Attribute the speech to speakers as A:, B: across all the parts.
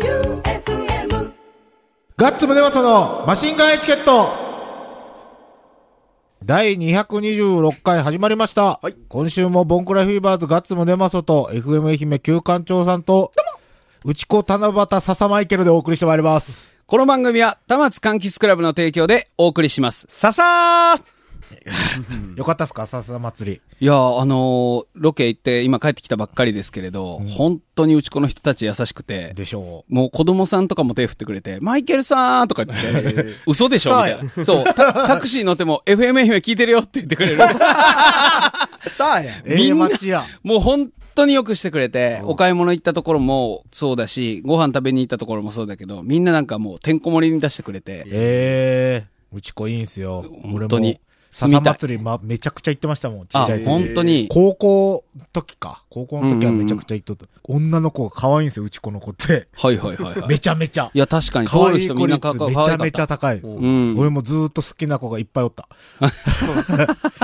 A: J-O-E-U-F-M
B: ガッツムネマソのマシンガンエチケット第226回始まりました。
C: はい
B: 今週もボンクラフィーバーズガッツムネマソと FM 愛媛旧館長さんと、内子七夕笹マイケルでお送りしてまいります。
C: この番組は、田松柑橘クラブの提供でお送りします。ささー
B: よかったっすか笹祭り。
C: いやー、あのー、ロケ行って今帰ってきたばっかりですけれど、本当にうちこの人たち優しくて、
B: でしょ
C: もう子供さんとかも手振ってくれて、マイケルさんとか言って、嘘でしょみたいな。そう、タタクシー乗っても FM 愛媛聞いてるよって言ってくれる。
D: スターやん。
B: う。ええ街や。
C: もう本当によくしてくれて、お買い物行ったところもそうだし、ご飯食べに行ったところもそうだけど、みんななんかもうてんこ盛りに出してくれて、
B: ええ内子いいんすよ。
C: 本当に
B: 俺も笹祭り、ま、めちゃくちゃ行ってましたもん、ちっ
C: あ
B: ちゃい、時。
C: 本当に、
B: 高校の時か。高校の時はめちゃくちゃ行っとった。女の子が可愛いんすよ、内子の子 って。
C: はいはいはい、はい
B: め。ちゃめちゃ
C: い。や、確かに、
B: 可
C: 通る
B: 愛い
C: 人
B: 子
C: みんな
B: 率
C: かか
B: め
C: 可愛
B: ち
C: か
B: ゃ
C: っ
B: めち
C: た。
B: ゃ高い。
C: ん
B: 俺もずーっと好きな子がいっぱいおった。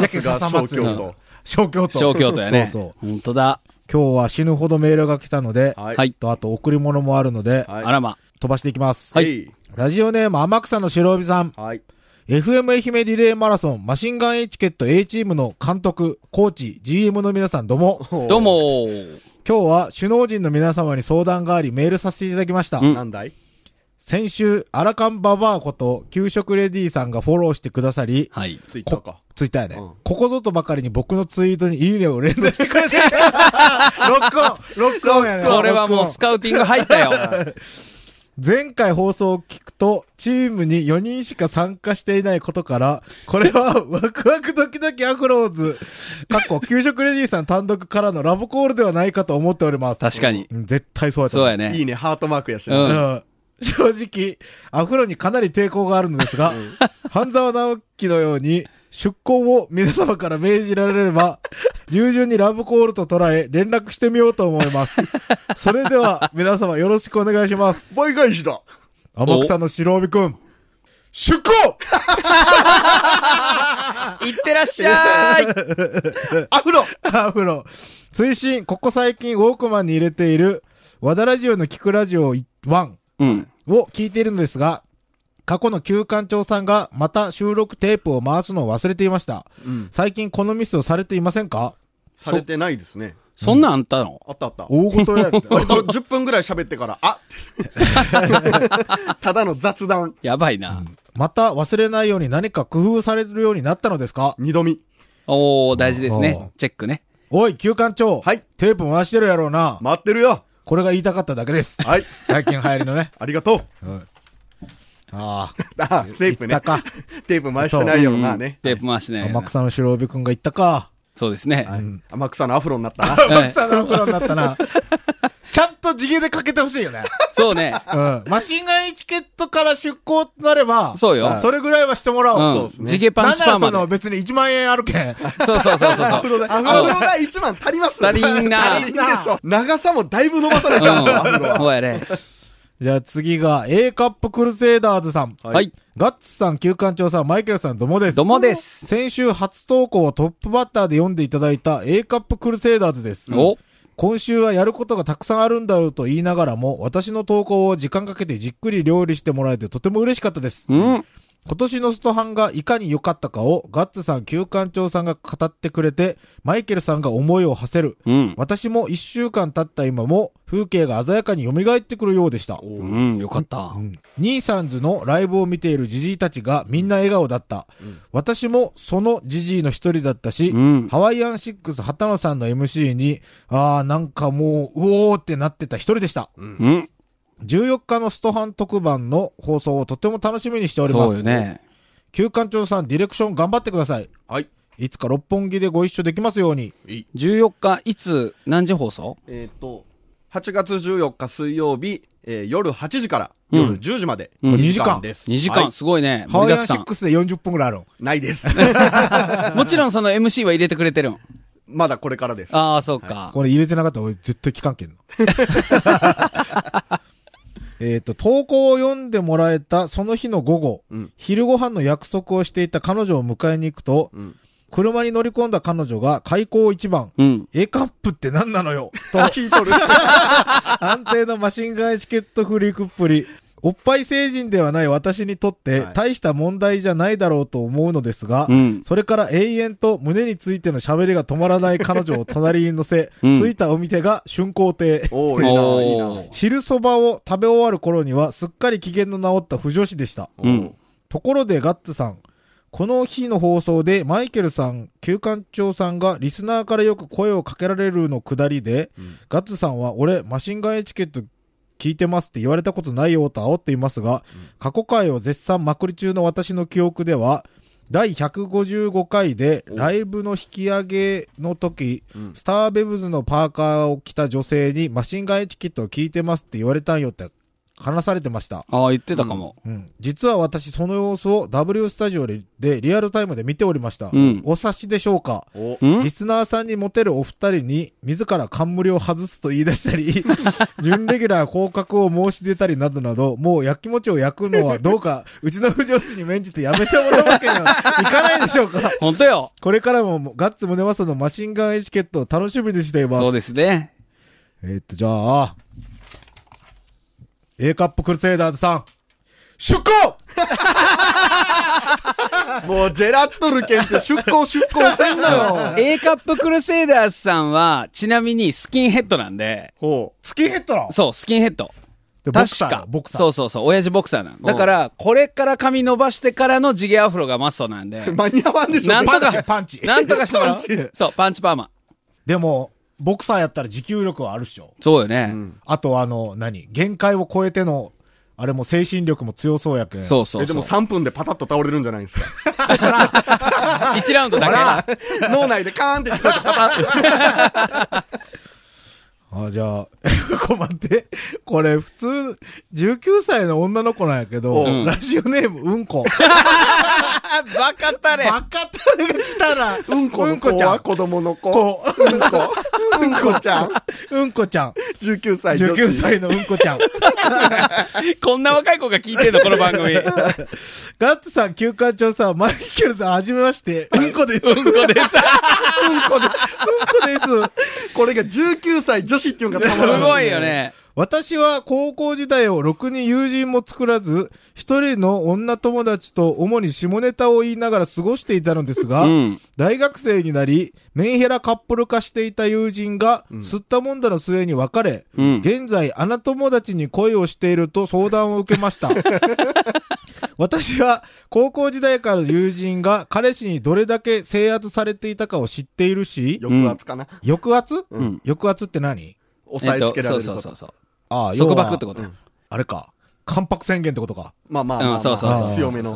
B: やけ
D: さすが小京
B: 都。小京都。
C: 小京都やね。
B: そうそう。
C: 本当だ。
B: 今日は死ぬほどメールが来たので、
D: は
C: はい。
B: とあと贈り物もあるので、
D: はい
C: あらま。
B: 飛ばしていきます。
C: はい
D: い。
B: ラジオネーム天草の白帯さん。
D: はい。
B: FM 愛媛リレーマラソンマシンガンエチケット A チームの監督、コーチ、GM の皆さんどうも。
C: どうもー
B: 今日は首脳陣の皆様に相談がありメールさせていただきました。
C: うん
D: なんだい
B: 先週、アラカンババアこと給食レディーさんがフォローしてくださり、
C: はい。
D: ツイッターか。
B: ツイッターやね、
D: うん
B: ここぞとばかりに僕のツイートにいいねを連打してくれ て。ロックオンロックオンやね
C: これは
B: ロ
C: も
B: ックオ
C: う
B: ン
C: スカウティング入ったよ。
B: 前回放送を聞くと、チームに4人しか参加していないことから、これはワクワクドキドキアフローズ、かっこ、給食レディーさん単独からのラブコールではないかと思っております。
C: 確かに。
B: うん絶対そうやと
C: そ
B: 思
C: う
B: う。
C: や
D: い
C: ね。
D: いね、ハートマークやし
C: う
D: な。
C: ん。
B: うん正直、アフロにかなり抵抗があるのですが、半沢直樹のように、出向を皆様から命じられれば、従順にラブコールと捉え、連絡してみようと思います。それでは、皆様よろしくお願いします。
D: 倍返しだ。
B: 天草の白帯くん、出向
C: いってらっしゃい
D: アフロ
B: アフロ。推進、ここ最近ウォークマンに入れている、和田ラジオの聞くラジオ1、
C: うん。
B: を聞いているのですが、過去の旧館長さんがまた収録テープを回すのを忘れていました。
D: うん。
B: 最近このミスをされていませんか
D: されてないですね。
C: そんなんあんたの
D: あったあった。
B: 大事やみたいな
D: 割と10分ぐらい喋ってから、あ ただの雑談。
C: やばいな。
B: また忘れないように何か工夫されるようになったのですか
D: 二度見。
C: おー、大事です
B: おー
C: ね。チェックね。
B: おい、旧館長。
D: はい
B: テープ回してるやろうな。
D: 待ってるよ。
B: これが言いたかっただけです。
D: はい。
B: 最近流行りのね。
D: ありがとう。
B: あ
D: あ、テープ
B: 言
D: ね
B: ったか。
D: テープ回してないよな、ね。
C: テープ回して
B: あ。
C: ね。
B: 天草の白帯くんが言ったか。
C: そうですね。
D: は
C: はいい
D: 天草のアフロになったな。
B: 天草の頃になったな。 ちゃんと地毛でかけてほしいよね。
C: そうね。
B: うん。マシンガンエチケットから出向となれば、
C: そうよ
B: それぐらいはしてもらおう。
C: うん
D: うです。ね
C: 地毛パンチパー
B: なんなら
C: マ
B: その
C: で。
B: 別に1万円あるけん。
C: そうそうそうそう
D: ア
C: そ
D: フロ
C: う。
D: だ。アフロが1万足ります
C: 足りんな
D: 足りんでしょ。長さもだいぶ伸ばさないからな、アフロ
C: うん。
D: は。
C: ほうやね。
B: じゃあ次が A カップクルセイダーズさん。
C: は。い。
B: ガッツさん、旧館長さん、マイケルさん、どうもです。
C: どうもです。
B: 先週初投稿をトップバッターで読んでいただいた A カップクルセイダーズです。
C: お
B: 今週はやることがたくさんあるんだろうと言いながらも、私の投稿を時間かけてじっくり料理してもらえてとても嬉しかったです。
C: うん。
B: 今年のストハンがいかに良かったかをガッツさん、旧館長さんが語ってくれて、マイケルさんが思いを馳せる。
C: うん。
B: 私も一週間経った今も風景が鮮やかに蘇ってくるようでした。
C: うん、よかった。
B: ニーサンズのライブを見ているジジイたちがみんな笑顔だった。私もそのジジイの一人だったし、
C: うん
B: ハワイアンシックス畑野さんの MC に、あーなんかもう、うおーってなってた一人でした。
C: うん。
B: 14日のストハン特番の放送をとても楽しみにしております。
C: そうよ。ね。
B: 旧館長さん、ディレクション頑張ってください。
D: はい。
B: いつか六本木でご一緒できますように。
C: 14日、いつ、何時放送
D: えっ、と、8月14日水曜日、えー夜8時から夜10時まで、
C: うん
D: 2
B: 2時間
D: です。
C: ?2 時
D: は
C: 間、すごいね。
B: ハ
C: 盛
B: ワ
C: り
B: イ
C: だ
B: アンシ
C: くさ
B: ッ
C: ん。
B: クスで40分ぐらいあるん。
D: いないです。
C: もちろんその MC は入れてくれてるん。
D: まだこれからです。
C: ああ、そうか。
B: これ入れてなかったら俺絶対聞かんけんの。えっと、投稿を読んでもらえたその日の午後、
D: うん
B: 昼ご飯の約束をしていた彼女を迎えに行くと、
D: うん
B: 車に乗り込んだ彼女が開口一番、
C: うん。
B: A カップって何なのよと、
D: 聞いとる。
B: 安定のマシンガンエチケットフリークっぷり。おっぱい成人ではない私にとって
D: はい
B: 大した問題じゃないだろうと思うのですが、
C: うん
B: それから永遠と胸についての喋りが止まらない彼女を隣に乗せ、
C: うん
B: 着いたお店が春光亭。
D: おお、いいな、いい
C: お
D: な。
C: ー
B: 汁そばを食べ終わる頃にはすっかり機嫌の治った不女子でした。
C: うん。
B: ところでガッツさん、この日の放送でマイケルさん、旧館長さんがリスナーからよく声をかけられるのくだりで、ガッツさんは俺マシンガンエチケット聞いてますって言われたことないよと煽っていますが、過去回を絶賛まくり中の私の記憶では、第155回でライブの引き上げの時、スターベブズのパーカーを着た女性にマシンガンエチケットを聞いてますって言われたんよって話されてました。
C: ああ、言ってたかも。
B: うん、実は私その様子を W スタジオでリアルタイムで見ておりました、
C: うん
B: お察しでしょうか
D: お
C: うん
B: リスナーさんにモテるお二人に自ら冠を外すと言い出した り準レギュラー降格を申し出たりなどなどもうやきもちを焼くのはどうかうちの不条氏に免じてやめてもらうわけに はいかないでしょうか
C: 本当よ。
B: これからもガッツムネマソのマシンガンエチケットを楽しみにしています
C: そうですね。
B: えーっとじゃあ A カップクルセイダーズさん出航
D: もう、ジェラットルケンって出向出向せんな よ。
C: A カップクルセイダーズさんは、ちなみにスキンヘッドなんで、
D: お
B: スキンヘッドなの
C: そう、スキンヘッド。
B: でボク
C: 確
B: サー
C: か。
B: ボクサー。
C: そうそうそう、親父ボクサーなんだから、これから髪伸ばしてからの地毛アフロがマストなんで、
D: 間に合わんでしょ。
C: なんと
B: パン
C: か
B: チ、パンチ。
C: なんとかしてもらお
D: パンチ
C: う。そう、パンチパーマ。
B: でも、ボクサーやったら持久力はあるっしょ。
C: そうよね。
B: あとあの、何限界を超えての、あれも精神力も強そうやけん。
C: そうそう
D: え、で
C: そう
D: も。3分でパタッと倒れるんじゃないんですか。
C: 1ラウンド だけ。
D: 脳内でカーンって聞こえてパタッ。
B: あ、じゃあ、 こ待って。これ普通、19歳の女の子なんやけど、
D: うん
B: ラジオネームうん こ。
C: あ、バカたれ。
B: バカタレが来たら、
D: うんこの
B: うんこ
D: 子
B: ちゃ
D: は
B: ん。
D: 子供の子。
B: こ
D: うんこ。うんこちゃん。
B: う、うんこちゃん。
D: 19歳女子。
B: 19歳のうんこちゃん。
C: こんな若い子が聞いてんの、この番 組。う
B: ガッツさん、休館長さん、マイケルさん、はじめまして。うんこ です。うんこ
C: んこでさ、
B: です。
D: これが19歳女子っていうのがたますらん
C: ごいよ。ね。
B: 私は高校時代をろくに友人も作らず、一人の女友達と主に下ネタを言いながら過ごしていたのですが、
C: うん
B: 大学生になり、メンヘラカップル化していた友人が、吸ったもんだの末に別れ、
C: うん
B: 現在、穴友達に恋をしていると相談を受けま した。私は高校時代からの友人が彼氏にどれだけ制圧されていたかを知っているし、
D: 抑圧かな。
B: 抑圧、
C: ん
B: 抑圧って何
D: 押さえつけられること。
C: えっとそうそうそう
B: あ
C: そ
B: あ、
C: う。
B: 要は
C: 束縛ってこと。
B: あれか。関白宣言ってことか。
D: まあまあまあま
C: う
D: あ、
C: んそうそう
B: そう
D: 強めの。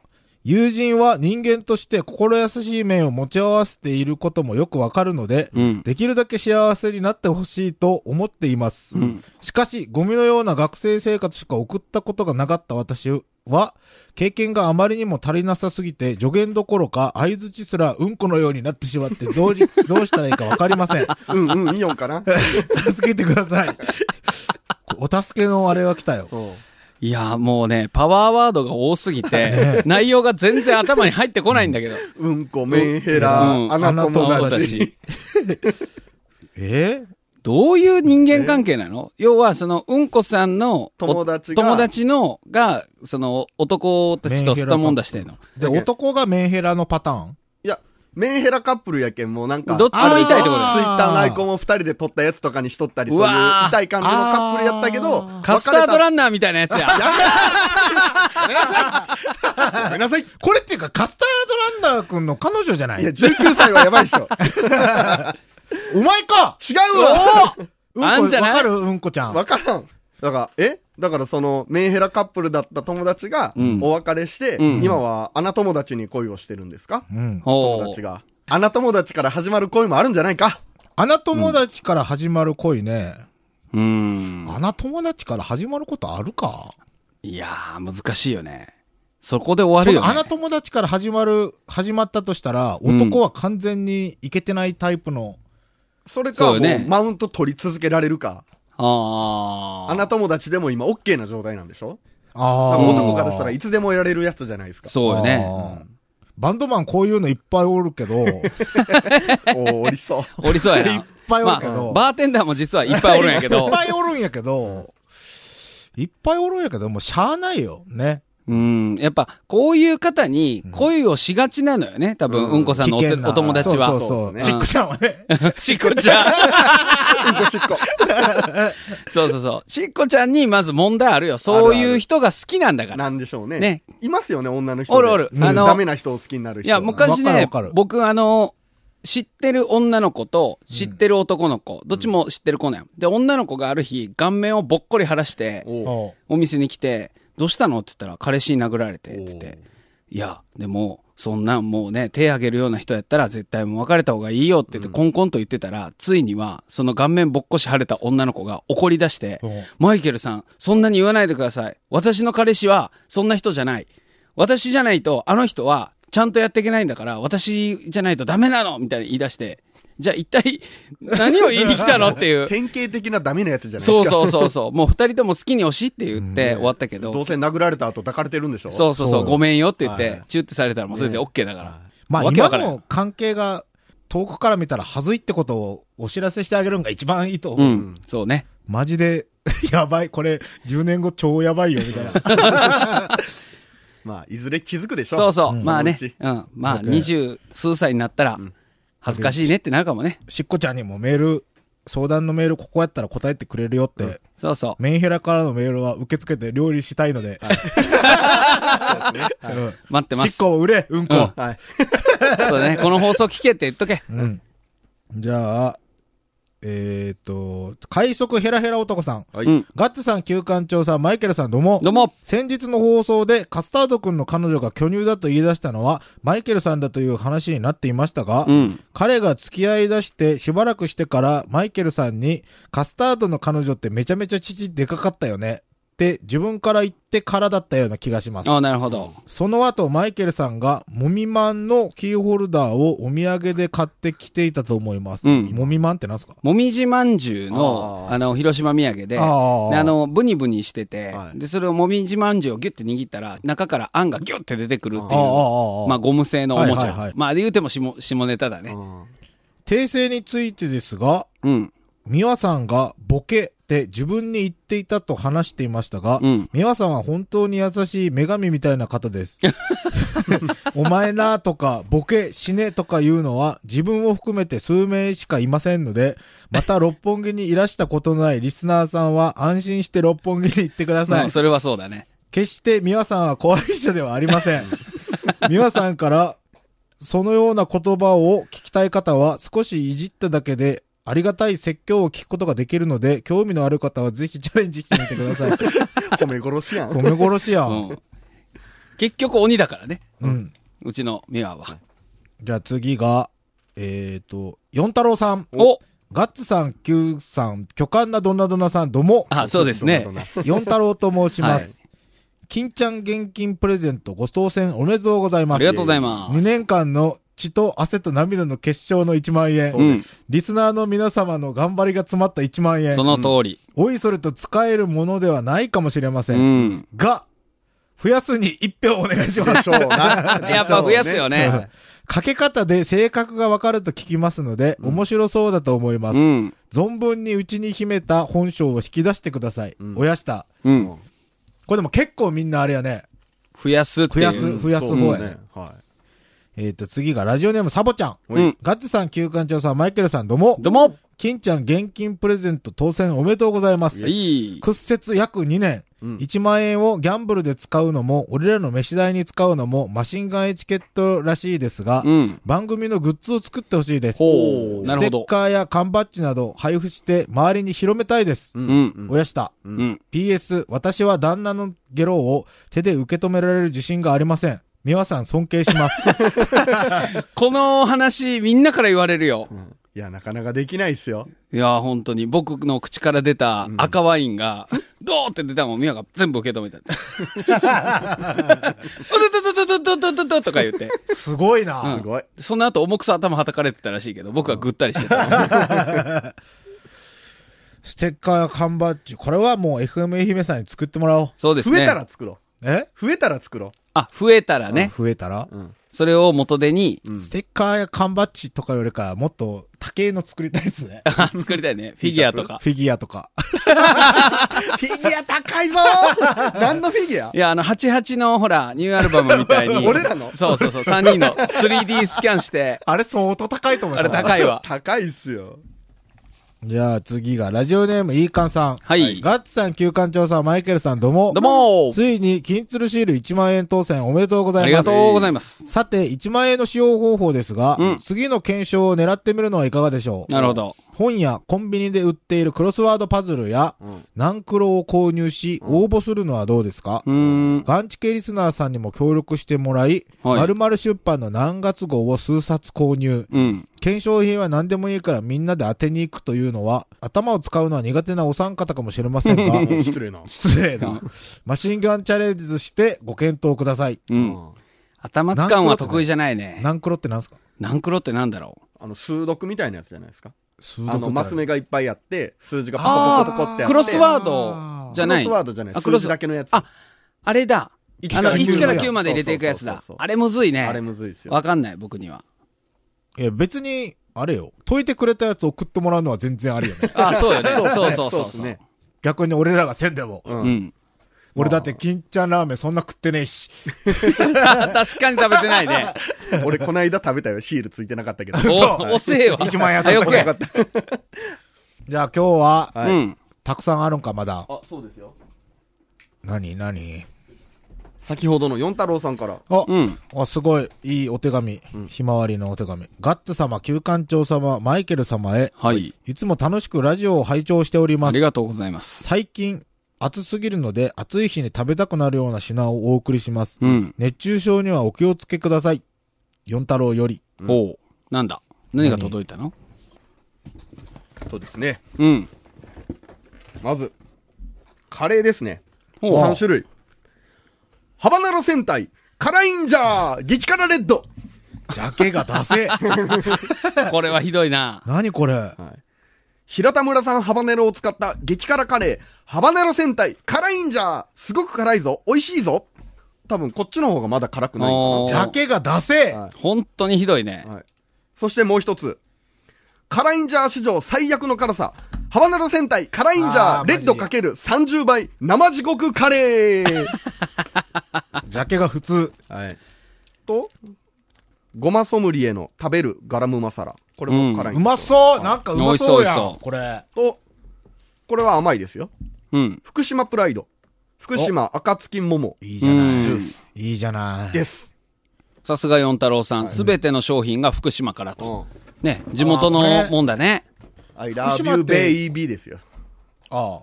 B: ああ友人は人間として心優しい面を持ち合わせていることもよくわかるので、
C: うん
B: できるだけ幸せになってほしいと思っています。しかし、ゴミのような学生生活しか送ったことがなかった私は、経験があまりにも足りなさすぎて、助言どころか相づちすらうんこのようになってしまって、どう じどうしたらいいかわかりません。
D: うんうん、イオンかな。
B: 助けてくだ さい。お助けのあれが来たよ。
D: おう
C: いや、もうね、パワーワードが多すぎ て、内容が全然頭に入ってこないんだけど。
D: うんこ、メンヘ
C: う
D: ラ、
C: ん
D: アナコモ
C: あの子
D: だ
C: た
D: し。
C: ち
B: え
C: どういう人間関係なの要は、その、うんこさんの、お
D: 友達が
C: 友達の、が、その、男たちとすったもんだしてんの。
B: で、男がメンヘラのパターン
D: いや、メンヘラカップルやけん、もうなんか。
C: どっちも痛いってこと
B: あー
C: だよ。
D: ツイッターのアイコンを二人で撮ったやつとかにしとったり、そうい
C: う
D: う
C: わー
D: 痛い感じのカップルやったけど、
C: カスタード
D: ン
C: ランナーみたいなやつや。
D: ごめんなさい。い
B: これっていうか、カスタードランナー君の彼女じゃない
D: や、19歳はやばいっしょ。
B: お前か
D: 違うわ
B: うんこ
C: あんじゃない
B: わかるうんこちゃん。
D: わからん。だから、えだからその、メンヘラカップルだった友達が、
C: ん
D: お別れして、
C: うん
D: 今は、アナ友達に恋をしてるんですか
B: うん。
C: お
D: 友達が。アナ友達から始まる恋もあるんじゃないか
B: 穴友達から始まる恋ね。
C: うん。
B: 穴友達から始まることあるか
C: いやー、難しいよね。そこで終わる
B: その
C: よね
B: 穴。友達から始まる、始まったとしたら、
C: うん
B: 男は完全にいけてないタイプの、
D: それか、
C: そう
D: も
C: よ
D: う、
C: ね
D: マウント取り続けられるか。
C: あー。
D: アナ友達でも今、オッケーな状態なんでしょ
B: あ
D: 多
B: あ。
D: 分男からしたらいつでもいられるやつじゃないですか。
C: そうよね。
B: あー。バンドマンこういうのいっぱいおるけど、いっ
D: おーおりそう。
C: おりそうやな。いっ
B: ぱいおるけど、
C: バーテンダーも実はいっぱいおるんやけ
B: い
C: ど
B: っ。ぱいおるんやけど、いっぱいおるんやけど、もうしゃあないよ。ね。
C: うん。やっぱ、こういう方に恋をしがちなのよね。多分、うんこさんのお
B: 危
C: つ
B: 険な
C: お友達
B: そ
C: は
B: う。そう
D: そう
B: そ
D: で
B: う。
D: す
B: ち
C: ね
B: っくちゃんはね。
C: しっこ ちゃん。
D: うんこしっこ。
C: そうそうそう。しっこちゃんにまず問題あるよ。そういう人が好きなんだから。
D: なんでしょうね。
C: ね
D: いますよね、女の人で。
C: おるおる
D: うん
C: あの
D: ダメな人を好きになる人。
C: いや、昔
B: わかる
C: ね
B: わかる、
C: 僕あの、知ってる女の子と知ってる男の子、どっちも知ってる子なんや。で、女の子がある日、顔面をぼっこり腫らして、
D: おう
B: お
C: お店に来て、どうしたのって言ったら、彼氏に殴られて、って言って。いや、でも、そんなんもうね、手あげるような人やったら絶対もう別れた方がいいよって言って、コンコンと言ってたら、ついには、その顔面ぼっこし腫れた女の子が怒り出して
B: うん、
C: マイケルさん、そんなに言わないでください。私の彼氏は、そんな人じゃない。私じゃないと、あの人は、ちゃんとやっていけないんだから、私じゃないとダメなのみたいに言い出して、じゃあ一体、何を言いに来たのっていう。
D: 典型的なダメなやつじゃないですか。
C: そうそうそうそう。もう二人とも好きに押しって言って終わったけど。
D: どうせ殴られた後抱かれてるんでしょ
C: そうそうそう、
B: そう
C: ごめんよって言っ
D: はいは
C: て
D: い、
C: チュってされたらもうそれで OK だから。
B: まあ
C: わけわ
B: 今
C: からん
B: の関係が遠くから見たらはずいってことをお知らせしてあげるのが一番いいと
C: う
B: 思う。
C: ん、そうね。
B: マジで、 やばい。これ10年後超やばいよ、みたいな。
D: まあ、いずれ気づくでしょ
C: そうそう、
D: ん
C: まあね
D: そのうち、
C: うん、まあ
B: 僕
C: 二十数歳になったら、恥ずかしいねってなるかもね。
B: しっこちゃんにもメール、相談のメールここやったら答えてくれるよって、
C: そうそう。
B: メンヘラからのメールは受け付けて料理したいので、 う
C: 待って
B: ん
C: ま
B: しっ
C: す。
B: こを売れ、うんこ。
C: うん
D: はい。
C: そうね、この放送聞けって言っとけ。
B: うん。じゃあ、えー、っと、快速ヘラヘラ男さん。
D: はい
C: うん
B: ガッツさん、旧館長さん、マイケルさん、どうも。
C: どうも。
B: 先日の放送でカスタード君の彼女が巨乳だと言い出したのは、マイケルさんだという話になっていましたが、
C: うん。
B: 彼が付き合い出してしばらくしてからマイケルさんにカスタードの彼女ってめちゃめちゃ父でかかったよねって自分から言ってからだったような気がします
C: あ。あ、なるほど。
B: その後マイケルさんがモミマンのキーホルダーをお土産で買ってきていたと思います。
C: うん
B: モミマンってなんすか
C: もみじまんじゅうの、
D: あー
C: あの、広島土産で、で
B: あー
C: あの、ブニブニしてて、
D: はい
C: で、それをもみじまんじゅうをギュッて握ったら、中からあんがギュッて出てくるって
B: ああ
C: い
B: あ
C: う、
B: あああ
C: まあ、ゴム製のおもち
B: は
C: ゃ。
B: いはいはい
C: まあ、言うても下下ネタだね。
B: 訂正についてですが、
C: うん。
B: 美和さんがボケって自分に言っていたと話していましたが、
C: うん
B: 美和さんは本当に優しい女神みたいな方です。 お前なとか、ボケ、死ねとかいうのは自分を含めて数名しかいませんので、また六本木にいらしたことのないリスナーさんは安心して六本木に行ってくださ
C: ま
B: い
C: あ、。それはそうだね。
B: 決して美和さんは怖い人ではありません。 美和さんから、そのような言葉を聞きたい方は少しいじっただけで、ありがたい説教を聞くことができるので、興味のある方はぜひチャレンジしてみてください。
D: 褒め殺しやん。
B: ごめ殺しや。
C: うんん。結局鬼だからね。
B: うん。
C: うちのミワは。
B: じゃあ次が、えっ、ー、と、四太郎さん。
C: お
B: ガッツさん、キューさん、巨漢などなどなさん、どう も。
C: あ、そうですね
D: ど。んなどん
B: 四太郎と申します。金ちゃん現金プレゼントご当選おめでとうございます。
C: ありがとうございます。
B: 2年間の血と汗と涙の結晶の1万円。
D: そうです。
B: リスナーの皆様の頑張りが詰まった1万円
C: そ。の通り。
B: おいそれと使えるものではないかもしれませ。
C: うんん。
B: が、増やすに1票お願いしま。
D: ですしょうな。
C: やっぱ増やすよね。
B: かけ方で性格がわかると聞きますので、面白そうだと思います。
C: うん。
B: 存分にうちに秘めた本性を引き出してください。
D: うん
B: おやした。
C: うん。
B: これでも結構みんなあれやね。
C: 増やすって
B: 増
C: いう。
B: やす、増やす
D: そう
B: 方や
D: ね
B: ね。。
D: は
B: えっ、と、次がラジオネームサボちゃん。
C: うん。
B: ガッツさん、旧館長さん、マイケルさん、どうも。
C: どうも
B: 金ちゃん現金プレゼント当選おめでとうございます。
C: いい。
B: 屈折約2年。
D: うん
B: 1万円をギャンブルで使うのも、俺らの飯代に使うのも、マシンガンエチケットらしいですが、
C: うん。
B: 番組のグッズを作ってほしいです。
C: ほう。
B: ス
C: なる
B: テ
C: ほ
B: ッ
C: ど。
B: カーや缶バッジなど配布して周りに広めたいです。
D: い。
C: んうん
B: おやした。
C: うん。
B: PS、私は旦那のゲロを手で受け止められる自信がありません。美和さん尊敬します。
C: この話、みんなから言われるよ。
D: いや、なかなかできないっすよ。
C: いやー、本当に。僕の口から出た赤ワインが、ドーって出たのをミワが全部受け止めた。うとととととととととか言って。
B: すごいな。
D: すごい。
C: その後重くそ頭はたかれてたらしいけど、僕はぐったりしてた。
B: ステッカーや缶バッジ、これはもう FM 愛媛さんに作ってもらおう。
C: そうですね。
D: 増えたら作ろ
B: え
D: う。増えたら作ろ
C: あ、増えたらね。
B: 増えたら、
D: ん
C: それを元手に、
B: ステッカーや缶バッジとかよりか、もっと多形の作りたいですね。
C: あ作りたいね。フィギュア とか。
B: フィギュアとか。
D: フィギュア高いぞー 何のフィギュア
C: いや、あの、88の、ほら、ニューアルバムみたいに。
D: 俺らの
C: そうそうそう、3人の 3D スキャンして、
B: あれ相当高いと思い
C: あ
B: ます。
C: れ高いわ。
D: 高いっすよ。
B: じゃあ次が、ラジオネーム、イーカンさん。
C: はい
B: ガッツさん、旧館長さん、マイケルさん、どうも。
C: どうもー
B: ついに、金鶴シール1万円当選おめでとうございま
C: あ
B: す。
C: りがとうございます。
B: さて、1万円の使用方法ですが、
C: うん
B: 次の検証を狙ってみるのはいかがでしょう
C: なるほど。
B: 本やコンビニで売っているクロスワードパズルや、ナンクロを購入し、応募するのはどうですか、
C: うーん。
B: ガンチ系リスナーさんにも協力してもらい、
C: はい
B: 〇〇出版の何月号を数冊購入。
C: うん。
B: 検証品は何でもいいからみんなで当てに行くというのは、頭を使うのは苦手なお三方かもしれませんが、
D: 失礼な。
B: 失礼な。マシンガンチャレンジしてご検討ください。
C: うん。頭使うんは得意じゃないね。
B: ナンクロって何すか
C: ナンクロってなんだろう。
D: あの、数読みたいなやつじゃないですか。
B: 数
D: あの、マス目がいっぱいあって、数字が
C: あ
D: パ
C: ー
D: コパコパコってあって。
C: クロスワ
B: あ
C: ード
B: ー
C: じゃない。
D: クロスワードじゃない。
C: あ
D: 数字だけのやつ。
C: あ、あれだ。
D: 1
C: あの、1から
B: 9
C: 9まで入れていくやつ
D: そう
C: だ
D: そうそう。そう
C: あれむずいね。
D: あれむずいっすよ。
C: わかんない、僕には。。
B: いや、別に、あれよ。解いてくれたやつ送ってもらうのは全然ありよね
C: あ、そうよね。そうそう そう
D: っ
C: そ
D: す
C: う。
D: ね。
B: 逆に俺らがせんでも。
D: う。
C: うんん。
B: 俺だって、金ちゃんラーメンそんな食ってねえし。
C: 確かに食べてないね。
D: 俺、こないだ食べたよ。シールついてなかったけど。
C: お、遅えわ。
B: 一万円当た
C: 早
B: った
C: く
D: よか
C: や
D: った。
B: じゃあ今日は、
D: は
C: う
D: い
C: ん。
B: たくさんあるんか、まだ。
D: あ、そうですよ。
B: 何何
D: 先ほどの四太郎さんから。
B: あ、
C: うん。
B: あ、すごい、いいお手紙。ひまわりのお手紙。ガッツ様、旧館長様、マイケル様へ。
C: はい。
B: いつも楽しくラジオを拝聴しており
C: あ
B: ま
C: り
B: す。
C: がとうございます。
B: 最近、暑すぎるので、暑い日に食べたくなるような品をお送りします。
C: うん。
B: 熱中症にはお気をつけください。四太郎より。
C: おう。なんだ何が届いたの
D: とですね。
C: うん。
D: まず、カレーですね。
C: おう
D: 3種類。ハバナロ戦隊、カラインジャー、激辛レッド。
B: ジャケが出 せ
C: これはひどいな。
B: 何これ
D: 平田村産ハバネロを使った激辛カレー、ハバネロ戦隊、辛いんじゃーすごく辛いぞ美味しいぞ多分こっちの方がまだ辛くない
C: お
D: か
B: ジャケが出せ
D: は
C: 本当にひどいね
D: な。。はい。そしてもう一つ。辛いんじゃー史上最悪の辛さ。ハバネロ戦隊、辛いんじゃ
B: あー
D: ーレッド
B: マ
D: かける30倍、生地獄カ レー
B: ジャケが普通。
D: はい。と、ごまソムリエの食べるガラムマサラ。これも辛いんですよ
B: うまそうなんかうまそうや
C: 美味しそう美味し
B: ん
C: そう
B: これ。
D: と、これは甘いですよ。
C: うん。
D: 福島プライド。福島暁桃。
B: いいじゃない。
D: ジュース
B: いいじゃない。
D: です。
C: さすが四太郎さん。すべての商品が福島からと。ね、地元
B: あーこ
C: の
B: れ
C: もんだね。
D: I
B: 福
D: love
B: 島
D: you
B: って
D: baby ですよ。
B: ああ。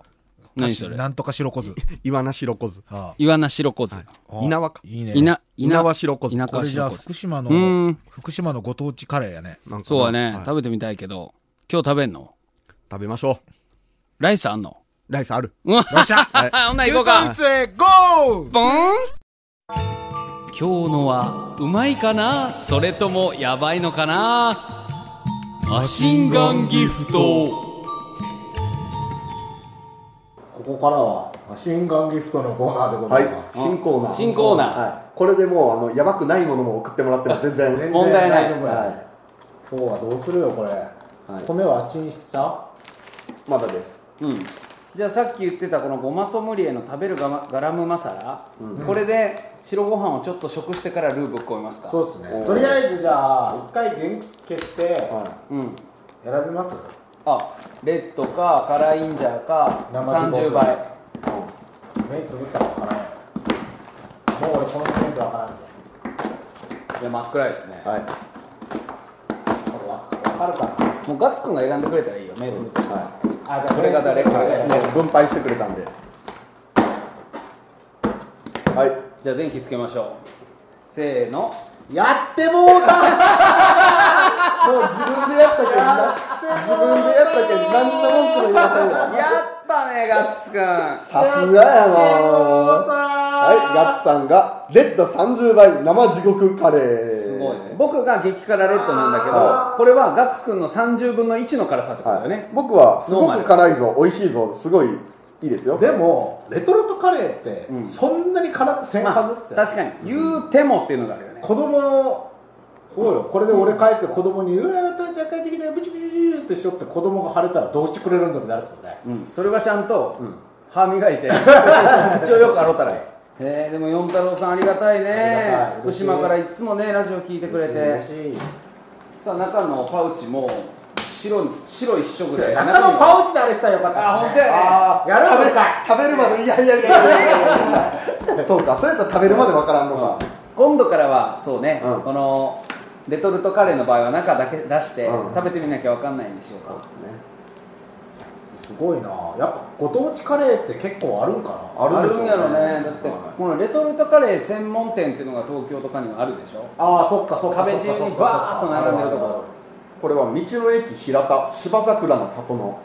C: 何それ
B: なんとか白こず。
D: 岩名白小津。
B: あ
C: 岩名白子津。
B: あ。
D: 稲和か
B: いいね。
C: 稲、
D: 稲葉白子
C: 稲
B: こ
C: 川
B: れじゃあ
C: 白子津
B: 福。島
C: う
B: の
C: ん、
B: 福島のご当地カレーやね。
D: なんかな
C: そうはね、
D: い
C: 食べてみたいけど、今日食べんの
D: 食べましょう。
C: ライスあんの
D: ライスある。
C: うわ、
B: よっ しゃ
C: ほんなら
B: 休
C: 行こう
B: 館
C: か。
B: 室へゴー
C: ボーン今日のは、うまいかなそれとも、やばいのかなマシンガンギフト。
B: ここからはマシンガンギフトのコーナーでご
D: はい。新コーナー。
C: 新コーナー
D: はい。これでもう、あの、やばくないものも送ってもらっても全然。
C: 問題ない大丈
B: 夫や。今日はどうするよこれ。米はあっちにした
D: まだです。
C: うん。じゃあさっき言ってたこのごまソムリエの食べるガマガラムマサラ、これで白ご飯をちょっと食してからルーぶっ込みますか
B: そうですねとりあえずじゃあ一回電気消して
C: うん
B: 選びます
C: あレッドかカラーインジャーか
B: 生地
C: 30
B: ご
C: 倍
B: 目つぶったら分からんもう俺この時点で分からんで
C: いや真っ暗いですね、
D: はい。
B: これ分かるか
C: もうガツくんが選んでくれたらいいよ目つぶって、
D: はい。
B: なあじゃあ
C: これが誰これが誰
D: もう分配してくれたんで。はい。
C: じゃあ電気つけましょうせーの
B: やってもうた
D: もう自分でやったけどな、自分でやったけど何の文句も言わないわ。
C: やったねガッツくん
D: さすがやなはい、ガッツさんが、レッド30倍生地獄カレー。
C: すごいね僕が激辛レッドなんだけどこれはガッツくんの30分の1の辛さってことだよ
D: は
C: ね、
D: い、僕は、すごく辛いぞ、美味しいぞ、すごい、いいですよ
B: でもレトルトカレーって
C: うん
B: そんなに辛くせんはずっすよ、
C: 確かに言うてもっていうのがあるよね
B: 子供のそうよこれで俺帰って子供に「うわ私じゃあ帰ってきてブチブチブチ」ってしよって子供が腫れたらどうしてくれるんだってなるっすもんね、
C: うんそれはちゃんと、歯磨い て口をよく洗ったらええへえでも四太郎さんありがたいね
B: ありがたい
C: 福島からいつもねラジオ聞いてくれて
B: 嬉しい
C: さあ中のパウチも白に白一色で
B: 中のパ
C: ウ
B: ウチであれしたらよかったっす、ね、
C: あ本当やね
B: あーやるんかい
D: 食べるまでいやいやいやい やそうかそうやったら食べるまでわからんのか
C: 今度からはそうね、
D: うん
C: このレトルトカレーの場合は中だけ出して、
D: うん
C: 食べてみなきゃ分かんないんでしょうか
B: すごいなやっぱご当地カレーって結構あるんかな
D: あるんでしょうね
C: やろねだって、
D: はい
C: このレトルトカレー専門店っていうのが東京とかにはあるでしょ
B: ああそっかそっか
C: 壁
B: そっかそ
C: 中
B: っか
C: にバーッと並んでるとこ
B: ああ
C: ろ
D: これは道の駅平田芝桜の里の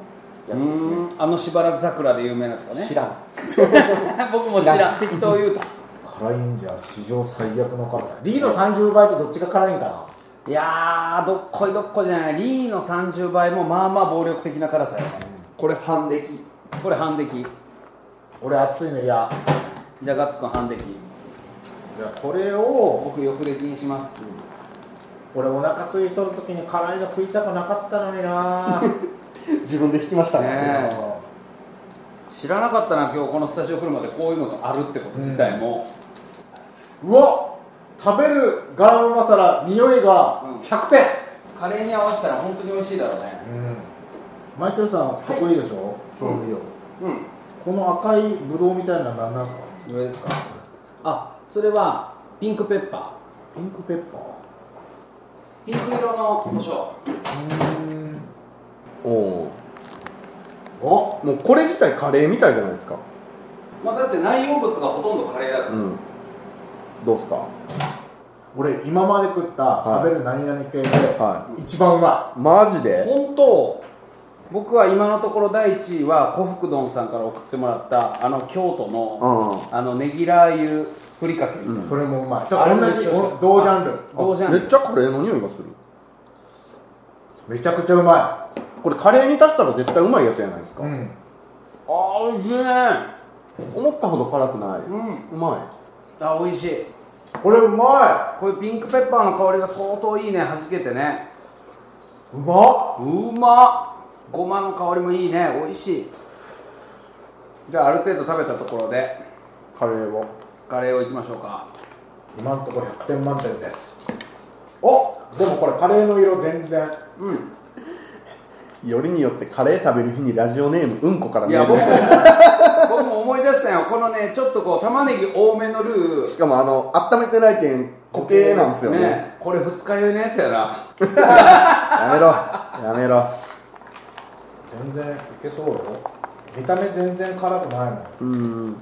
D: やつですね
C: うんあのしばらく桜で有名なとかね
D: 知らん
C: 僕も知らん適当言うた
B: 辛いんじゃ史上最悪の辛さ D の30倍とどっちが辛いんかない
C: やーどっこいどっこいじゃないリーの30倍もまあまあ暴力的な辛さやね
D: これ半歴
C: これ半出来
B: 俺熱いの嫌
C: じゃあガッツくん半出来
B: いやこれを
C: 僕翌出来にします
B: 俺お腹空いとる時に辛いの食いたくなかったのに な
D: 自分で引きましたね
C: ね知らなかったな今日このスタジオ来るまでこういうのがあるってこと自体も、
B: うわ食べるガラムマサラ匂いが
C: うん
B: 100点
C: カレーに合わせたら本当に美味しいだろうね
B: うんマイケルさん得意でしょ、調味料
C: うん
B: この赤いブドウみたいなのは何なんですか
C: どれですかあそれはピンクペッパ
B: ピンクペッパー
C: ーピンク色の胡椒
D: おおあもうこれ自体カレーみたいじゃないですか
C: まあだって内容物がほとんどカレーだから、
D: うんどうっすか
B: 俺今まで食った
D: はい
B: 食べる何々系で
D: は
B: 一番うま
D: マジで
C: 本当僕は今のところ第1位は古福丼さんから送ってもらったあの京都の、あのネギラー油ふりかけみたい
B: い
C: な、
B: それもうまいだから同
C: あれめっ
B: じ
C: ちゃ美味しい
B: 同ジャンル
C: 同じ
D: あ
C: なん
D: め
C: で
D: っちゃカレーの匂いがする
B: めちゃくちゃうま
D: これカレーに足したら絶対うまいやつじゃないですか、
B: いうん
C: あーおいしいねあ
D: 思ったほど辛くない、うんま
C: おいしい
B: これうま
C: これピンクペッパーの香りが相当いいねはじけてね
B: いうまっ
C: うまっごまの香りもいいねおいしいじゃあある程度食べたところで
D: いカレーを
C: カレーをいきましょうか
B: 今んところ100点満点ですおでもこれカレーの色全然
D: よりによってカレー食べる日にラジオネームうんこから
C: い
D: メ
C: や
D: ール
C: 僕も
D: し
C: 僕も思い出したよこのねちょっとこう玉ねぎ多めのルー
D: かもあの温めてない点固形なんですよね
C: ねこれ二日酔いのやつやな
D: やめろやめろ
B: 全然いけそうよ見た目全然辛くないもん
D: うん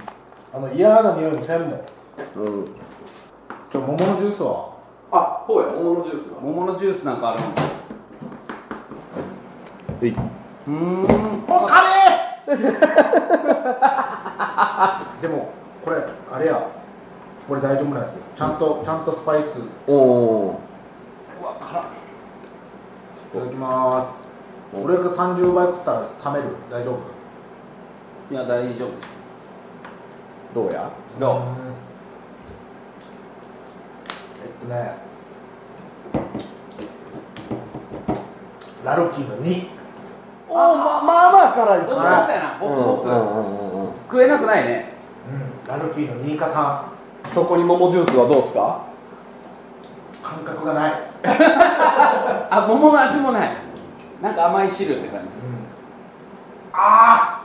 B: あの嫌な匂いもせんもん
D: うん
B: ちょ桃のジュースは
D: あほうや桃のジュースだ
C: 桃のジュースなんかある
D: えい
C: もんうーん
B: おカレー でもこれあれやこれ大丈夫なやつちゃんとちゃんとスパイスい
D: おお
C: うわ辛った
B: だきますこれが30倍食ったら冷める大丈夫
C: いや大丈夫
D: どうや
C: どう
B: ーんえっとねラロッキーの2
D: おおままあまあ辛いで
C: ボツ
D: す
C: ボ
D: ね
C: ツやなボツボツ、
D: うんうんうんうん
C: 食えなくないね
B: うんラロッキーの2か
D: そこに桃ジュースはどうっすか
B: 3感覚がない
C: あ桃の味もないなんか甘い汁って感じ
B: あ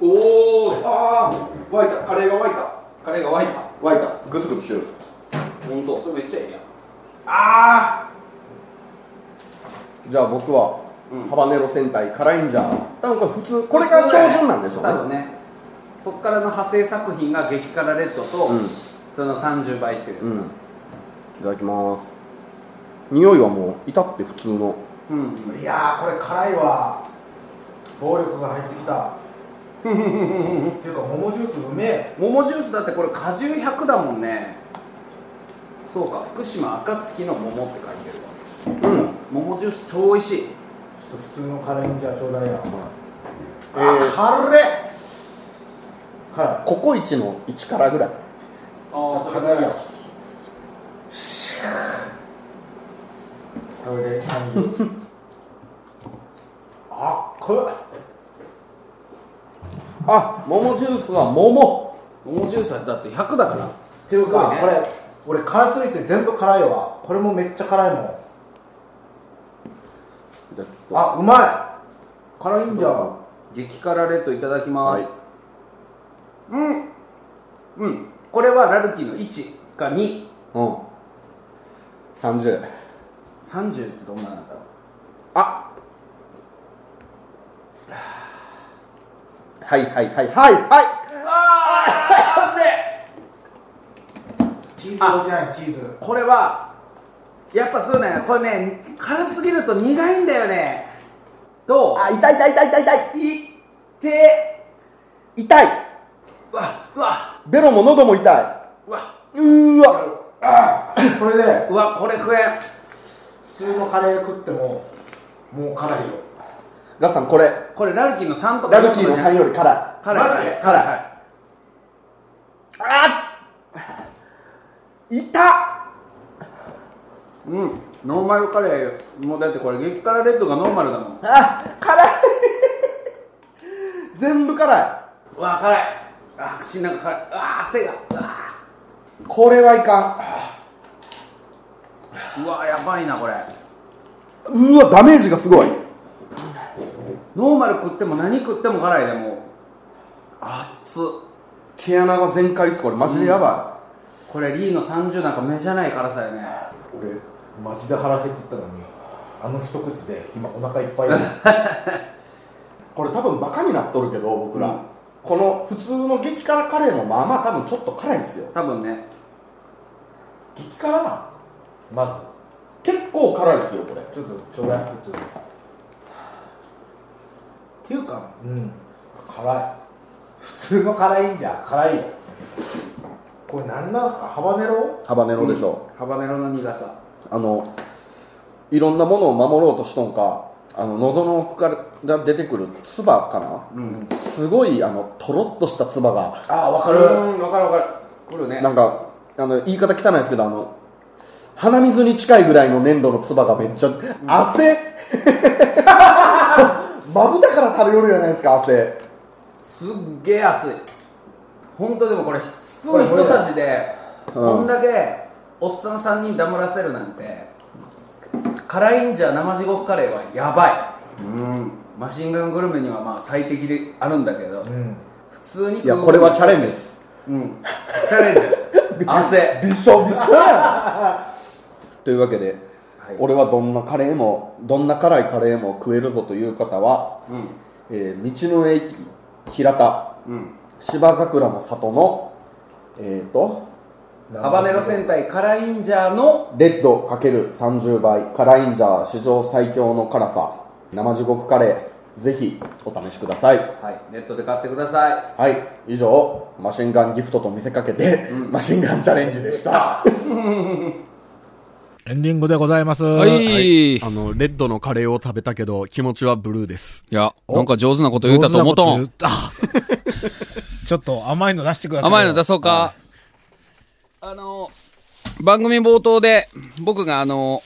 C: おお
D: ああ沸いたカレーが沸いた
C: カレーが沸いた
D: 沸いたグツグツしてる
C: 本当それめっちゃいいやん
B: ああ
D: じゃあ僕は、
C: うん
D: ハバネロ戦隊辛いんじゃ多分これ普通これが標準なんでしょうね
C: 多分ねそっからの派生作品が激辛レッドと、
D: うん
C: その30倍っていうやつ
D: うんいただきます匂いはもう至って普通の
C: うん
B: いやーこれ辛いわ暴力が入ってきたっていうか桃ジュースうめえ
C: 桃ジュースだってこれ果汁100だもんねそうか福島暁の桃って書いてるわうん桃ジュース超美味し
B: ち
C: い
B: ょっと普通のカラインジャーちょうだいや。
D: えー
B: あ、カレ辛い。
D: ココイチの1からぐらい
C: あ
B: 辛いよ。これで30。あっこ
D: あ桃ジュースは桃
C: 桃ジュースはだって100だから
B: っていう
C: すご
B: か、
C: いね
B: これ俺辛すぎて全部辛いわこれもめっちゃ辛いもん
D: じゃあ
B: あうまい辛いんじゃん
C: 激辛レッドいただきます、うんうんこれはラルキーの1か
D: うん30
C: 230ってどんななんだろう
D: あはいはいはいはいはい
C: あれ
B: チーズ置いてないチーズ
C: これはやっぱそうだよこれね辛すぎると苦いんだよねどう
D: あ痛い痛い痛い痛い痛い
C: いって
D: 痛いう
C: わうわ
D: ベロも喉も痛いう
C: わ
D: うーわ
B: これで
C: うわこれ食えん
B: 普通のカレー食ってももう辛いよ
D: ガッさんこれ
C: これラルキーの3とか
D: ラルキーの3より辛い
C: 辛い
B: マジで
C: 辛い
D: 辛いあ痛っ
C: うんノーマルカレーもうだってこれ激辛レッドがノーマルだもん
D: あ辛い 全部辛
C: うわ辛いあ口の中辛いうわ汗がうわ
D: いこれはいか
C: うわやばいなこれ
D: んうーわダメージがすごい
C: ノーマル食っても何食っても辛いでもう熱っ
D: 毛穴が全開ですこれマジでやば
C: これリーの30なんか目じゃない辛さやね
B: 俺マジで腹減ってたのにあの一口で今お腹いっぱい
D: い、 これ多分バカになっとるけど僕ら、この普通の激辛カレーもまあまあ多分ちょっと辛いんですよ
C: 多分ね
B: 激辛なまず
D: 結構辛いですよこれ
B: ちょっとちょうだい普通っていうかうん辛い普通の辛いんじゃ辛いよこれ何なんすかハバネロ
D: ハバネロでしょ、
C: ハバネロの苦さ
D: あのいろんなものを守ろうとしとんかあの喉の奥から出てくる唾かな、すごいあのとろっとした唾が
B: ああ分
C: うーん分かる分かるくるね
D: なんかあの言い方汚いですけどあの鼻水に近いぐらいの粘土の唾がめっちゃ汗 まぶたから垂れ寄るじゃないですか汗
C: すっげえ熱い本当でもこれスプーン一さじで
D: うん
C: こんだけおっさん3人黙らせるなんて辛いんじゃ生地獄カレーはやばいうんマシンガングルメにはまあ最適であるんだけど、
B: うん
C: 普通に
D: いやこれはチャレン
C: ジ
D: ジです
C: うんチャレンジ汗
D: びしょびしょやん というわけで、
C: はい
D: 俺はどんなカレーもどんな辛いカレーも食えるぞという方は、
C: うん
D: えー道の駅平田
C: うん
D: 芝桜の里のえっ、と
C: ハバネロ戦隊辛いんじゃの
D: レッド ×30 倍辛いんじゃ史上最強の辛さ生地獄カレーぜひお試しください
C: はいネットで買ってくださ
D: はい以上マシンガンギフトと見せかけて、マシンガンチャレンジでした
B: エンディングでございます
C: い
B: はい
C: い
E: あの、レッドのカレーを食べたけど、気持ちはブルーです。
C: やなんか上手なこと言うたと思うと
B: 上
C: ん
B: 手なこと言 ったちょっと甘いの出してくださいよ
C: 甘いの出そうか、あの番組冒頭で僕があの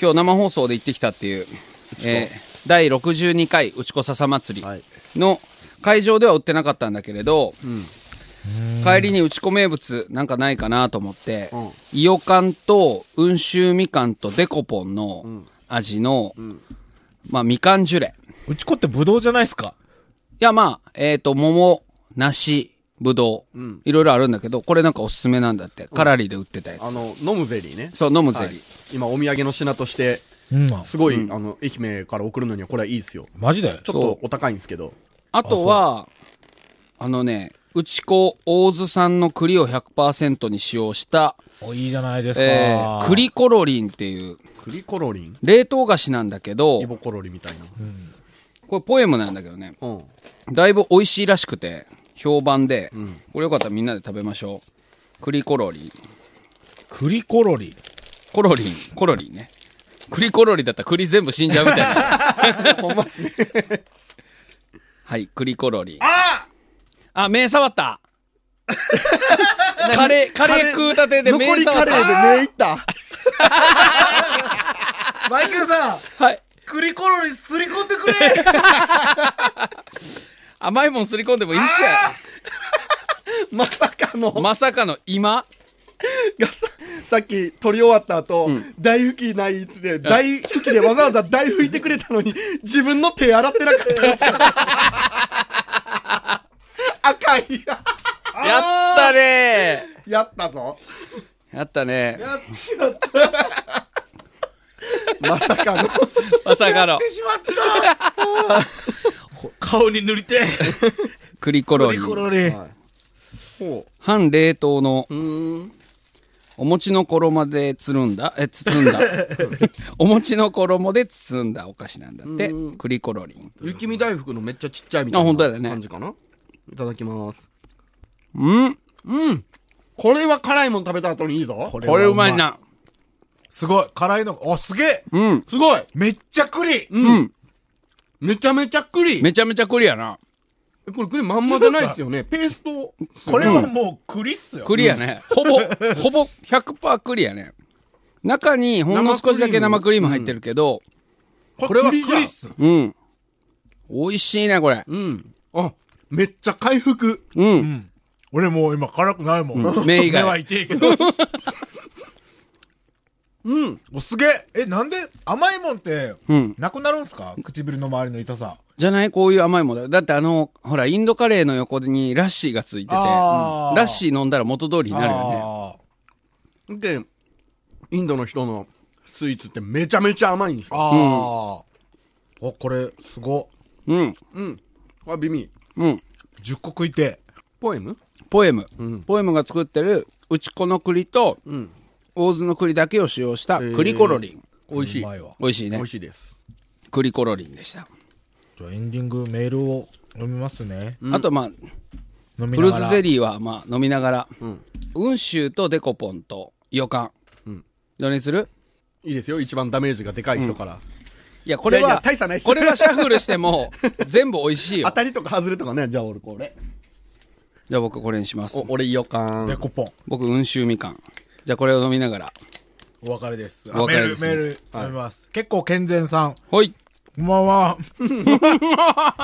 C: 今日生放送で行ってきたっていう、えー第62回うちこ笹祭りの会場では売ってなかったんだけれど、帰りにうちこ名物なんかないかなと思って、いおかんと温州みかんとデコポンの味の、まあみかんジュレ
B: うちこってブドウじゃないですか
C: いや、まあ、えっ、と、桃、梨、ぶどう、いろいろあるんだけど、これなんかおすすめなんだって。カラリーで売ってたやつ。
E: あの、飲むゼリーね。
C: そう、飲むゼリー。
E: はい今、お土産の品として、
B: うん
E: すごい、あの、愛媛から送るのにはこれはいいですよ。
B: マジで
E: ちょっ
C: そう
E: とお高いんですけど。
C: あとは、あのね、うちこ大津産の栗を100%に使用した、
B: おいいじゃないですか、
C: えー、栗コロリンっていう、
E: 栗コロリン
C: 冷凍菓子なんだけど
E: イ、ボコロリみたいな。
C: これポエムなんだけどね、
E: うん。
C: だいぶ美味しいらしくて、評判で、これよかったらみんなで食べましょう。栗コロリン。
B: 栗コロリ
C: コロリン、コロリンね。栗コロリだったら栗全部死んじゃうみたいな。はい、栗コロリ。ああ目触ったカレー、カレー食うたてで
D: 残
C: 目
D: り
C: 触
D: カ
C: っ
D: レー
C: た。
D: で目いった。
B: マイケルさん、
C: はい。
B: 栗コロリすり込んでくれ
C: 甘いもんすり込んでもいいっしょ
D: まさか の、
C: まさかの今。
D: がささっき取り終わった後、大拭きないって、大拭きでわざわざ大拭いてくれたのに、自分の手洗ってなかった ですから赤い。
C: やったね
D: やったぞ。
C: やったね
B: やってしまった。
D: まさかの。
C: まさかの。
B: しまった。
F: 顔に塗りてえ。
C: 栗コロリ
B: 栗。コロリ。
D: ほ
C: 半冷凍の
D: う。うーん。
C: お餅の衣でつるんだ、え、包んだ。お餅の衣で包んだお菓子なんだって。栗コロリン。
D: 雪見大福のめっちゃちっちゃいみたい
C: あ
D: な
C: 本当だね
D: 感じかな。いただきます。
C: うん
D: これは辛いもん食べた後にいいぞ。
B: こ
C: これうまい。な。
B: すごい。辛いの。お、すげえ
C: うん。
D: すごい
B: めっちゃ栗
C: うん。
D: めちゃめちゃ栗
C: めちゃめちゃ栗やな。
D: えこれ栗まんまじゃないですよね。ペースト。
F: これはもう栗っすよ。
C: 栗やね。ほぼ、ほぼ100%栗やね。中にほんの少しだけ生クリーム入ってるけど、
B: これは栗
D: じゃん
B: っす。
C: うん。美味しいね、これ。
D: うん。あ、めっちゃ回復。
C: うん。
F: 俺もう今辛くないもん。
C: うん目以外
F: 目は痛いけ ど。
B: お、すげええ、なんで甘いもんって
C: うん、
B: なくなるんすか唇の周りの痛さ。
C: じゃないこういう甘いもんだよ。だってあの、ほら、インドカレーの横にラッシーがついてて、うん
B: あー
C: ラッシー飲んだら元通りになるよね。
B: あ
D: で、インドの人のスイーツってめちゃめちゃ甘いんです
B: ー
D: よ。
B: あー。お、これ、すご。
C: うん。
D: うん。これビミ。
C: うん。
B: 10個食いて。
D: ポエム
C: ポエム、ポエムが作ってるうちこの栗と、大津の栗だけを使用した栗コロリン、
D: 美味しい。
B: うまいわ。
C: 美味しい
D: 美
C: ね
D: 味しいです。
C: 栗コロリンでした、
B: じゃあエンディングメールを読みますね。
C: あとまあ
B: 飲みな
C: フル
B: がら。
C: ーツゼリーはまあ飲みながら、温州とデコポンと予感、どれにする
D: いいですよ。一番ダメージがでかい人から。
C: いやこれはい
D: やいや大差ないっす
C: これはシャッフルしても全部美味しい
D: 当
C: よ
D: たりとか外れとかね。じゃあ俺これ。
C: じゃあ僕これにします
D: お俺予感。
B: デコポン。
C: 僕温州みかんじゃあこれを飲みながら
B: お別れです。
C: お
B: あメー
C: 別れ
B: ル、
C: です
B: メール、読みます。結構健全さん。
C: ほい
B: こんばん は。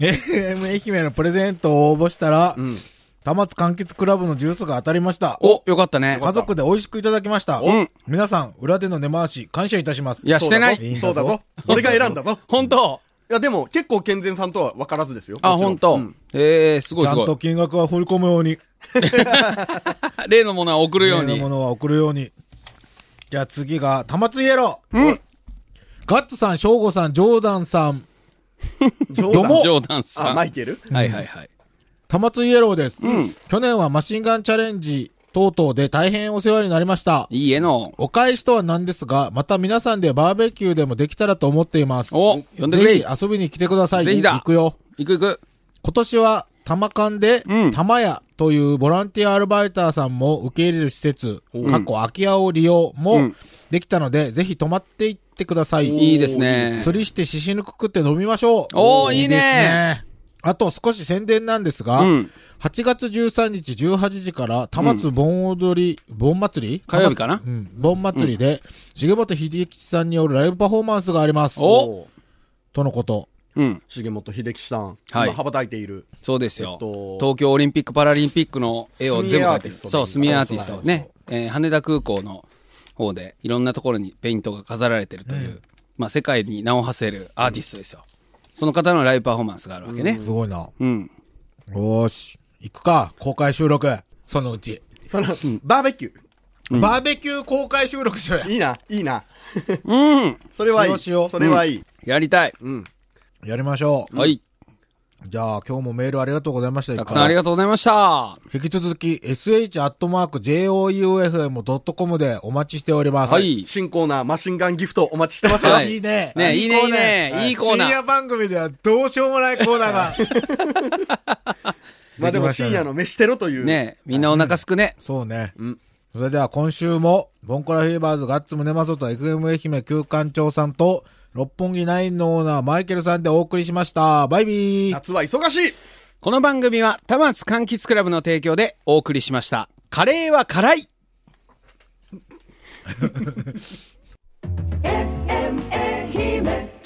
B: FM 愛媛のプレゼントを応募したら、玉津柑橘クラブのジュースが当たりました。
C: およかったね
B: 家族で美味しくいただきました。
C: うん
B: 皆さん、裏での根回し、感謝いたします。
C: いやしてない
B: いいん
D: そうだぞ。俺が選んだぞ。
C: 本当
D: いやでも結構健全さんとは分からずですよ。
C: あ
D: もちろん
C: 本当、
D: うん
C: えー、すご
B: ち
C: い
B: ゃ
C: す
B: ん
C: ごい
B: と金額は振り込むように、
C: 例のものは送るよう
B: 例
C: に
B: のものは送るように。じゃあ次が、玉津イエロー。
C: うん
B: ガッツさん、翔吾さん、ジョーダンさん、ど
D: 冗
B: う
D: 談
B: も
C: 冗談さ
D: あ、
C: ん。
D: マ
C: は
D: イ
C: い
D: ケル
C: はいはい。
B: 玉津イエローです、
C: ん
B: 去年はマシンガンチャレンジ等々で大変お世話になりました。
C: いいえの。
B: お返しとはなんですが、また皆さんでバーベキューでもできたらと思っています。
C: お呼んでくれ
B: ぜひ遊びに来てください。
C: ぜひだ
B: 行くよ。
C: いくいく。
B: 今年は、玉館で
C: うん、
B: 玉屋というボランティアアルバイターさんも受け入れる施設、過去空き家を利用
C: う
B: も
C: ん
B: できたので、ぜひ泊まっていってください。
C: いいですね。
B: 釣りして獅子肉食って飲みましょう。
C: おー
B: ー
C: いい
B: で
C: ね
B: すあと少し宣伝なんですが、
C: うん
B: 8月13日18時から、玉津盆踊り、盆祭り
C: 火曜日かな
B: うん、盆祭りで、重本秀吉さんによるライブパフォーマンスがあります。
C: お
B: とのこと。
C: うん。
D: 重本秀樹さん。
C: はい
D: 今羽ばたいている。
C: そうですよ
D: えっ。と
C: 東京オリンピック・パラリンピックの絵を全部描いてる。
D: 墨絵アーティストで
C: そう、スミアーティス
D: そ
C: ト。
D: うそう
C: ね。えー羽田空港の方で、いろんなところにペイントが飾られてるという、まあ世界に名を馳せるアーティストですよ。その方のライブパフォーマンスがあるわけね
B: す。ごいな。
C: うん。
B: よーし。行くか、公開収録。そのうち。
D: その、バーベキュ
B: バーベキュー公開収録しようや
D: ー。いいな、いいな。
C: うん。
D: それはいい。
B: しようしよう
D: それはいい。
C: やりたい。
D: うん。
B: やりましょう。
C: はい。
B: じゃあ、今日もメールありがとうございました。
C: たくさんありがとうございました。
B: 引き続き、sh.joufm.com でお待ちしております。
C: は。い。
D: 新コーナー、マシンガンギフトお待ちしてますよ。
C: はい
B: いいね。
C: ねいいね
B: コーナー
C: いいね
B: はい
C: いコーナー
B: 深夜番組ではどうしようもないコーナー が。
D: まあで
B: でき
D: も
B: ました
D: 深
B: ね
D: 夜の飯テロという。
C: ねみんなお腹すくね。
B: そうね。それでは今週も、ボンコラフィーバーズガッツムネマソと FM 愛媛旧館長さんと、六本木ナインのオーナーマイケルさんでお送りしました。バイビー
D: 夏は忙しい
C: この番組は、田松柑橘クラブの提供でお送りしました。カレーは辛い
A: FME